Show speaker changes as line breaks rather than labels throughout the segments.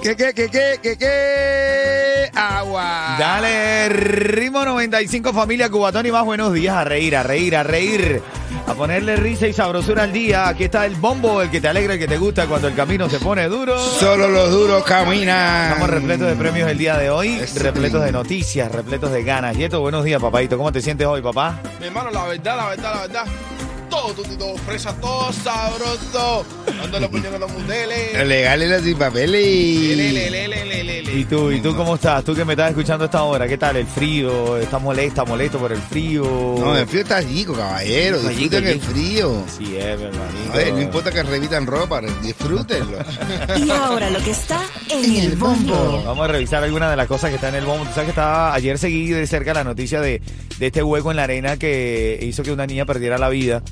¿Qué, qué, qué, qué, qué, qué? Agua.
Dale, Ritmo 95 Familia Cubatón y más buenos días a reír, a reír, a reír. A ponerle risa y sabrosura al día. Aquí está el bombo, el que te alegra, el que te gusta cuando el camino se pone duro.
Solo los duros caminan.
Estamos repletos de premios el día de hoy,
Eso.
repletos de noticias, repletos de ganas. Yeto, buenos días, papadito. ¿Cómo te sientes hoy, papá?
Mi hermano, la verdad, la verdad, la verdad. Todo tutti, todo fresa, todo sabroso. Dando los puños a los mundeles.
Legales los sin
Le,
papeles.
le, le, le, le, le, le.
¿Y tú? ¿Y tú cómo estás? ¿Tú que me estás escuchando a esta hora? ¿Qué tal? ¿El frío? ¿Estás molesta, molesto por el frío?
No, el frío está rico, caballero.
Está
Disfruten
rico,
el frío.
Sí, es, mi hermanito.
A ver, no importa que revitan ropa, disfrútenlo.
Y ahora lo que está en el bombo.
Vamos a revisar algunas de las cosas que están en el bombo. Tú sabes que estaba, ayer seguí de cerca la noticia de, de este hueco en la arena que hizo que una niña perdiera la vida.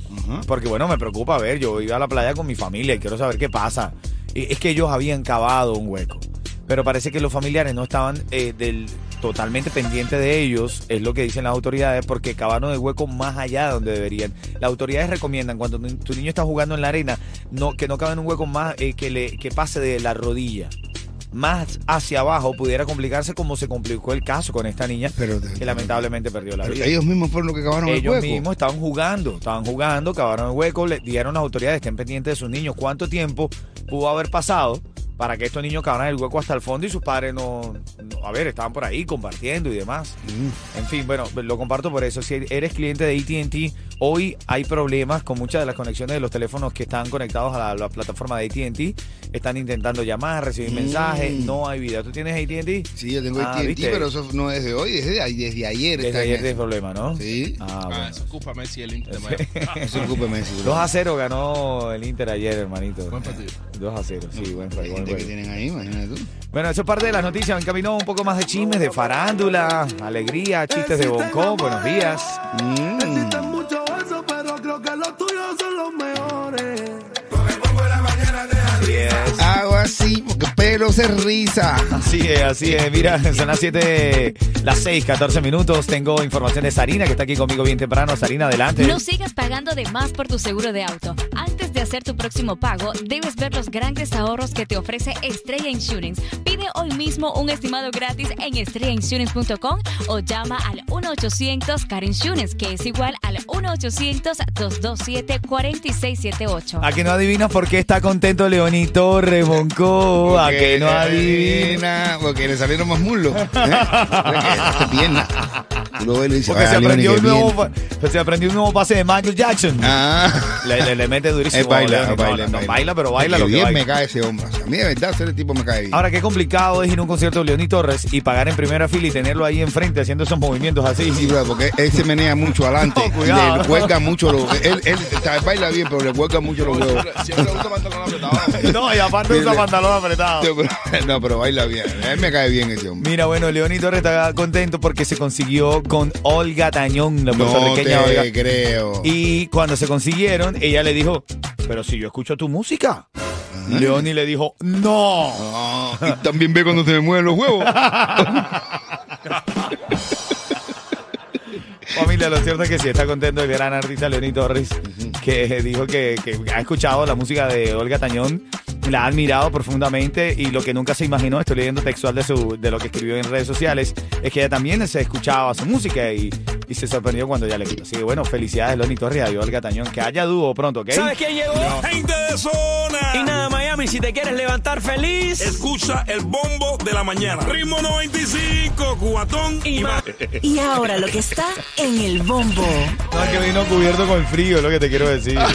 Porque bueno, me preocupa, a ver, yo iba a la playa con mi familia y quiero saber qué pasa. Y es que ellos habían cavado un hueco. Pero parece que los familiares no estaban eh, del, totalmente pendientes de ellos, es lo que dicen las autoridades, porque cavaron el hueco más allá de donde deberían. Las autoridades recomiendan cuando tu, tu niño está jugando en la arena, no, que no caben un hueco más eh, que, le, que pase de la rodilla más hacia abajo pudiera complicarse como se complicó el caso con esta niña
Pero-
que lamentablemente perdió la
Pero
vida.
ellos mismos fueron los que acabaron el
Ellos
hueco.
mismos estaban jugando, estaban jugando, cavaron el hueco, le dieron las autoridades, estén pendientes de sus niños, cuánto tiempo pudo haber pasado para que estos niños cavaran el hueco hasta el fondo y sus padres no, no- a ver, estaban por ahí compartiendo y demás.
Mm.
En fin, bueno, lo comparto por eso. Si eres cliente de ATT, hoy hay problemas con muchas de las conexiones de los teléfonos que están conectados a la, la plataforma de ATT. Están intentando llamar, recibir mensajes,
Mm.
no hay vida. ¿Tú tienes ATT?
Sí, yo tengo
Ah,
AT&T,
¿viste?
pero eso no es de hoy, es de, desde ayer.
Desde
está en
ayer tienes
eso.
problema, ¿no?
Sí,
Ah,
Ah,
bueno.
discúlpame si el internet.
no se ocupe, Messi.
2 a 0 ganó el Inter ayer, hermanito.
Buen partido.
2 a 0, sí, buen
La
juego, buen
gente que
juego.
tienen ahí, imagínate tú.
Bueno, eso es parte de las noticias. Encaminó un poco más de chismes, de farándula, alegría, chistes de Boncón. Buenos días.
Mm. Hago así porque pelo se riza.
Así es, así es. Mira, son las 7, las 6, 14 minutos. Tengo información de Sarina, que está aquí conmigo bien temprano. Sarina, adelante.
No sigas pagando de más por tu seguro de auto. Antes de hacer tu próximo pago, debes ver los grandes ahorros que te ofrece Estrella Insurance. Pide hoy mismo un estimado gratis en estrellainsurance.com o llama al 1-800-CAR Insurance, que es igual al 1-800-227-4678.
A que no adivinas por qué está contento Leonito Reboncó. A que no adivinas.
Porque le salieron más muslos. ¿eh? Porque pierna. Tú lo ves y le dices,
Porque se
"Ah, Leoni,
aprendió,
qué
un nuevo,
bien".
pa- se aprendió un nuevo pase de Michael Jackson.
Ah.
Le, le- le mete durísimo.
Es baila,
Leonito.
es baila,
No, no,
es
baila, pero baila lo
Qué
que
bien
baila.
me cae ese hombre. O sea, a mí de verdad, ese tipo me cae bien.
Ahora, qué complicado es ir a un concierto de Leoní Torres y pagar en primera fila y tenerlo ahí enfrente haciendo esos movimientos así.
Sí, bro, porque él se menea mucho adelante.
No, cuidado.
le cuelga mucho los Él, él está- baila bien, pero le cuelga mucho los huevos.
Siempre- Siempre gusta pantalón apretado.
No, y aparte usa
Dile.
pantalón apretado.
No, pero- No, pero baila bien. A él me cae bien ese hombre.
Mira, bueno, Leoní Torres está contento porque se consiguió con Olga Tañón, la
No te
puertorriqueña Olga.
creo.
Y cuando se consiguieron, ella le dijo, pero si yo escucho tu música. Leoni le dijo, no.
No, y también ve cuando se me mueven los huevos.
Familia, lo cierto es que sí, está contento el gran artista Leoní Torres, que dijo que, que ha escuchado la música de Olga Tañón, la ha admirado profundamente y lo que nunca se imaginó, estoy leyendo textual de, su, de lo que escribió en redes sociales, es que ella también se escuchaba su música y, y se sorprendió cuando ya le escuchó. Así que bueno, felicidades Leoní Torres y a Olga Tañón, que haya dúo pronto, ¿ok?
¿Sabes quién llegó?
Gente de zona.
Y nada, Miami, si te quieres levantar feliz.
Escucha el bombo de la mañana. Ritmo 95, cubatón y, más.
Y ahora lo que está en el bombo.
No, es que vino cubierto con frío, es lo que te quiero decir. Ah,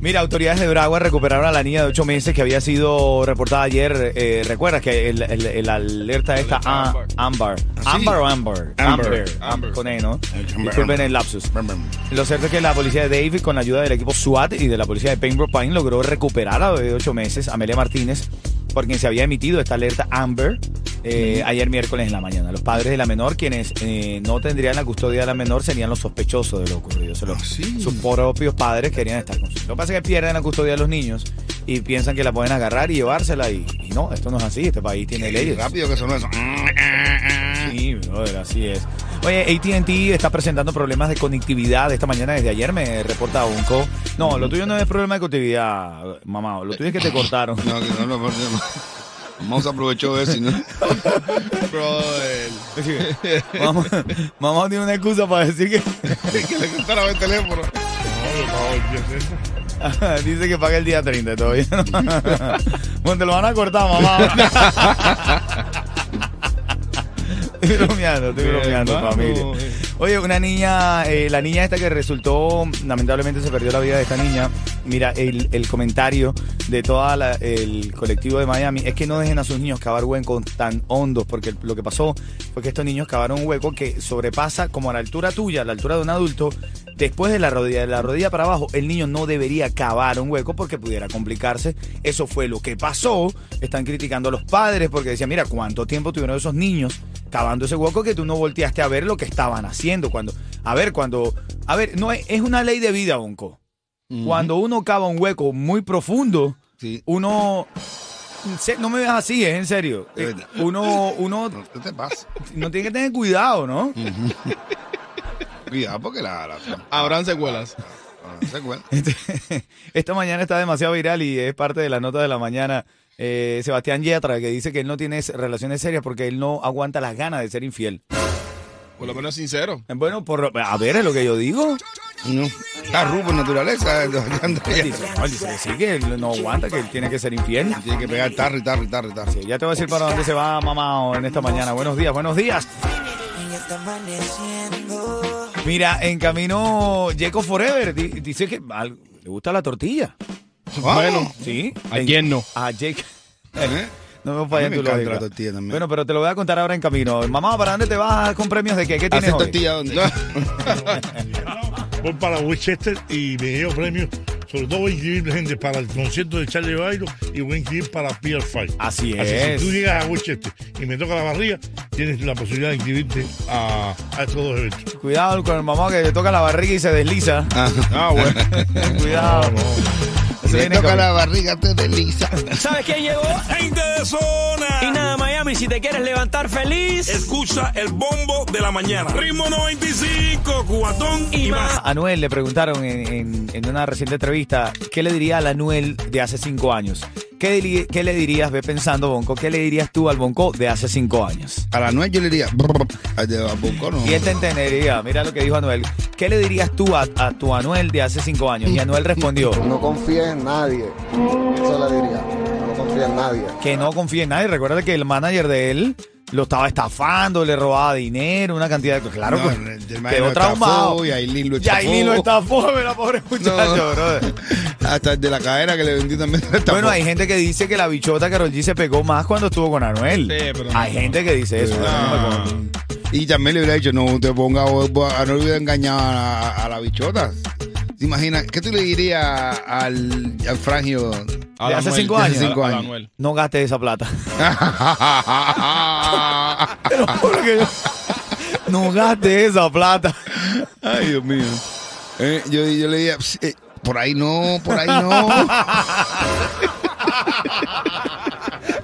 Mira, autoridades de Bragua recuperaron a la niña de 8 meses que había sido reportada ayer. Eh, ¿Recuerdas que el, el- el alerta esta ah, Amber? Amber o Amber.
Amber.
Amber. Con E, ¿no?
Amber.
Disculpen el lapsus.
Pero
Lo cierto es que la policía de David, con la ayuda del equipo SWAT y de la policía de Pembroke Pine, logró recuperar a la bebé de 8 meses, Amelia Martínez, por quien se había emitido esta alerta Amber. eh, ayer miércoles en la mañana. Los padres de la menor, quienes eh, no tendrían la custodia de la menor, serían los sospechosos de lo ocurrido. Se los- Sus propios padres querían estar con sus- Lo que pasa es que pierden la custodia de los niños y piensan que la pueden agarrar y llevársela. Y, y no, esto no es así. Este país tiene
Y
leyes.
rápido que sonó eso.
Sí, brother, así es. Oye, ATT está presentando problemas de conectividad esta mañana. Desde ayer me reporta Unco. No, lo tuyo no es problema de conectividad, mamá. Lo tuyo es que te cortaron.
No, que no, no, no, no. Vamos a aprovechar eso. ¿no?
Brother.
Sí. Mamá, mamá tiene una excusa para decir que.
que le quitaron el teléfono.
Dice que paga el día 30 todavía. bueno, te lo van a cortar, mamá. estoy bromeando, estoy bromeando,
Hermano,
familia.
eh.
Oye, una niña, eh, la niña esta que resultó, lamentablemente se perdió la vida de esta niña. Mira, el, el comentario de todo el colectivo de Miami es que no dejen a sus niños cavar huecos tan hondos, porque lo que pasó fue que estos niños cavaron un hueco que sobrepasa como a la altura tuya, a la altura de un adulto. Después de la rodilla, de la rodilla para abajo, el niño no debería cavar un hueco porque pudiera complicarse. Eso fue lo que pasó. Están criticando a los padres porque decían, mira, cuánto tiempo tuvieron esos niños cavando ese hueco que tú no volteaste a ver lo que estaban haciendo. Cuando, a ver, cuando, a ver, no es, es una ley de vida, Bonco. Cuando uno cava un hueco muy profundo,
Sí.
uno, se- no me veas así, es en serio.
De
Eh,
verdad.
Uno, uno,
No, ¿Qué te pasa?
no tiene que tener cuidado, ¿no?
Cuidado porque la... la, la-
Habrán secuelas.
Ah, ¿Se acuerdan?
Este, Esta mañana está demasiado viral y es parte de la nota de la mañana. Eh, Sebastián Yatra, que dice que él no tiene relaciones serias porque él no aguanta las ganas de ser infiel.
Por lo menos sincero.
Bueno, por, a ver, es lo que yo digo.
No. Está rubo por naturaleza. eh,
Él
Tiene
dice, no, él dice que sí, que él no aguanta, que él tiene que ser infiel.
que pegar tarro y tarro y tarro y tarro.
Sí, ya te voy a decir para dónde se va mamá en esta mañana. Buenos días, buenos días. Mira, en camino Yeco Forever di- dice que al- le gusta la tortilla.
Bueno.
¿Sí?
¿A
En-
quién no?
A Jake.
Oh. ¿Eh?
No me falla
A mí
tu
me encanta
lógica.
la tortilla también.
Bueno, pero te lo voy a contar ahora en camino. Mamá, ¿para dónde te vas con premios de qué? ¿Qué tienes
¿Haces
hoy?
tortilla dónde?
Voy para Winchester y me llevo premios. Sobre todo voy a inscribir gente para el concierto de Charlie Bailo y voy a inscribir para Pier 5.
Así
Así que
es.
si tú llegas a Winchester y me toca la barriga, tienes la posibilidad de inscribirte a, a estos dos eventos.
Cuidado con el mamá que le toca la barriga y se desliza.
Ah, bueno.
Cuidado. Eso
Le
viene en
toca
camino.
la barriga, te desliza.
¿Sabes quién llegó?
Gente de zona.
Y nada, Miami, si te quieres levantar feliz
Escucha el bombo de la mañana. Ritmo 95, cuatón y
y
más.
más.
A Anuel le preguntaron en, en- en una reciente entrevista, ¿qué le diría al Anuel de hace cinco años? ¿Qué, diri- qué le dirías, ve pensando, Bonco, qué le dirías tú al Bonco de hace cinco años?
A la nuez yo le diría... brr, al de- al Bonco, no.
Y él te entendería, mira lo que dijo Anuel. ¿Qué le dirías tú a, a tu Anuel de hace cinco años? Y Anuel respondió,
No confíes en nadie. Eso le diría. No confíes en nadie.
que no confía en nadie. Recuerda que el manager de él lo estaba estafando, le robaba dinero, una cantidad de cosas. Claro,
No,
pues,
el- el manager
quedó
lo
traumado.
estafó, y Aileen lo
Y Aileen lo
estafó.
estafó, la pobre muchacho,
No.
brother.
Hasta el de la cadera que le vendí también. tampoco.
Bueno, hay gente que dice que la bichota Carol G se pegó más cuando estuvo con Anuel.
Sí, pero no. Ah.
hay gente que dice eso. pero no me consta.
Y también le hubiera dicho, no te ponga, a- no le hubiera engañado a, a- a la bichota. ¿Te imaginas? ¿Qué tú le dirías al, al frangio?
De hace
Anuel,
cinco
de
años.
hace cinco
A- a
años.
Anuel.
No gastes esa plata. Te lo juro que yo- No gastes esa plata.
Ay, Dios mío. Eh, yo, yo le diría, "Ps, eh, por ahí no, por ahí no.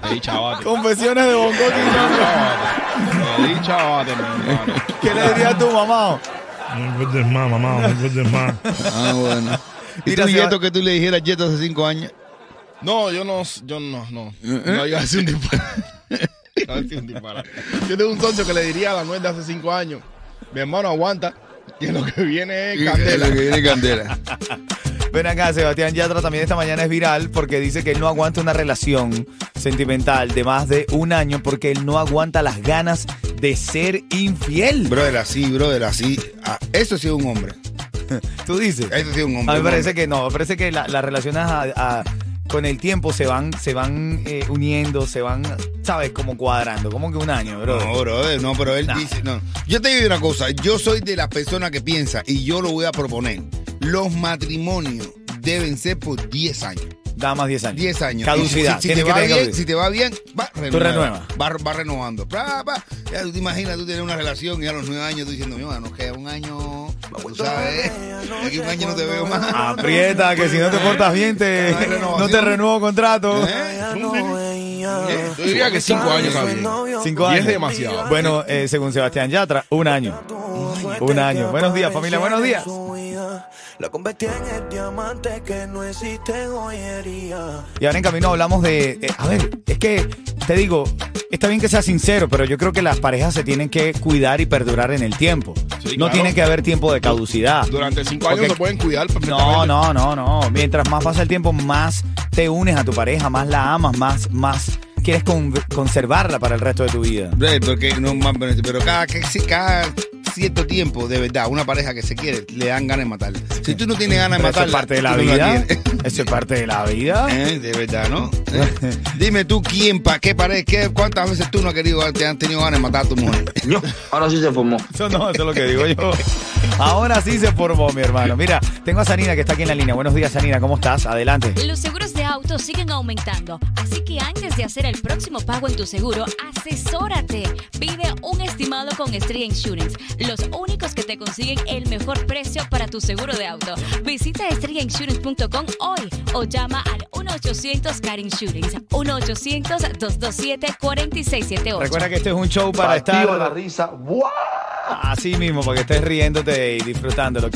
Ahí, chavate.
Confesiones de Bongo Quintana.
Ahí, chavate, mi hermano.
¿Qué le dirías a tu mamá?
No me encuentres más, mamá, no me encuentres más.
Ah, bueno. ¿Y
Mira,
tú,
se va-
Yeto, que tú le dijeras, Yeto, hace cinco años?
No, yo no, yo no, no.
Eh,
No, yo hacía un disparate. Yo hacía un disparate. Yo tengo un socio que le diría a la nuez de hace cinco años, mi hermano aguanta, que lo que viene es candela.
Lo que viene candela.
Ven acá, Sebastián Yatra también esta mañana es viral porque dice que él no aguanta una relación sentimental de más de un año porque él no aguanta las ganas de ser infiel.
Brother, así, brother, así. Ah, eso sí es un hombre.
Tú dices.
Eso sí es un
A mí
hombre.
me
un
parece
hombre.
que no, me parece que la- las relaciones a- a- con el tiempo se van, se van eh, uniendo, se van, ¿sabes? Como cuadrando, como que un año, bro.
No, brother, no, pero él
Nah.
dice, no. Yo te digo una cosa, yo soy de las personas que piensa y yo lo voy a proponer. Los matrimonios deben ser por 10 años.
da más 10 años.
10 años.
Caducidad.
Si, si
Tiene
te
que
va
tener
bien,
caducidad.
si te va bien, va renovando.
renuevas.
Va, va renovando. Pra, pa. Ya tú te imaginas, tú tienes una relación y a los 9 años tú diciendo, mira, nos queda un año, tú sabes, de aquí un año no te veo más.
Ah, Aprieta, que si no te portas bien, te, no te renuevo contrato.
¿Eh?
Yo diría que cinco años está bien.
Cinco
Diez
años.
es demasiado.
Bueno, eh, según Sebastián Yatra, un año. Un año. Buenos días, familia, buenos días.
La convertí en el diamante que no existe en joyería.
Y ahora en camino hablamos de, de- A ver, es que te digo, está bien que seas sincero, pero yo creo que las parejas se tienen que cuidar y perdurar en el tiempo.
Sí,
no
claro.
tiene que haber tiempo de caducidad.
Durante cinco años
Porque-
se pueden cuidar perfectamente.
No, no, no, no. Mientras más pasa el tiempo, más te unes a tu pareja, más la amas, más, más quieres con- conservarla para el resto de tu vida.
Bre, porque no más pero- pero cada, que- si- cada cierto tiempo, de verdad, una pareja que se quiere, le dan ganas de matarla. Si tú no tienes ganas de
Pero eso
matarla,
es parte de la
tú no
vida.
tienes.
Eso es parte de la vida.
Eh, De verdad, ¿no? Eh, Dime tú quién, pa, qué pared, qué, cuántas veces tú no has querido, te han tenido ganas de matar a tu mujer.
Ahora sí se formó. Eso no, eso es lo que digo yo. Ahora sí se formó, mi hermano. Mira, tengo a Sanina que está aquí en la línea. Buenos días, Sanina. ¿Cómo estás? Adelante.
Los seguros de auto siguen aumentando, así que antes de hacer el próximo pago en tu seguro, asesórate. Pide un estimado con Estrella Insurance, los únicos que te consiguen el mejor precio para tu seguro de auto. Visita estrellainsurance.com hoy o llama al 1-800-CAR Insurance, 1-800-227-4678.
Recuerda que este es un show para estar
Partido la
risa. Así mismo, para que estés riéndote y disfrutándolo.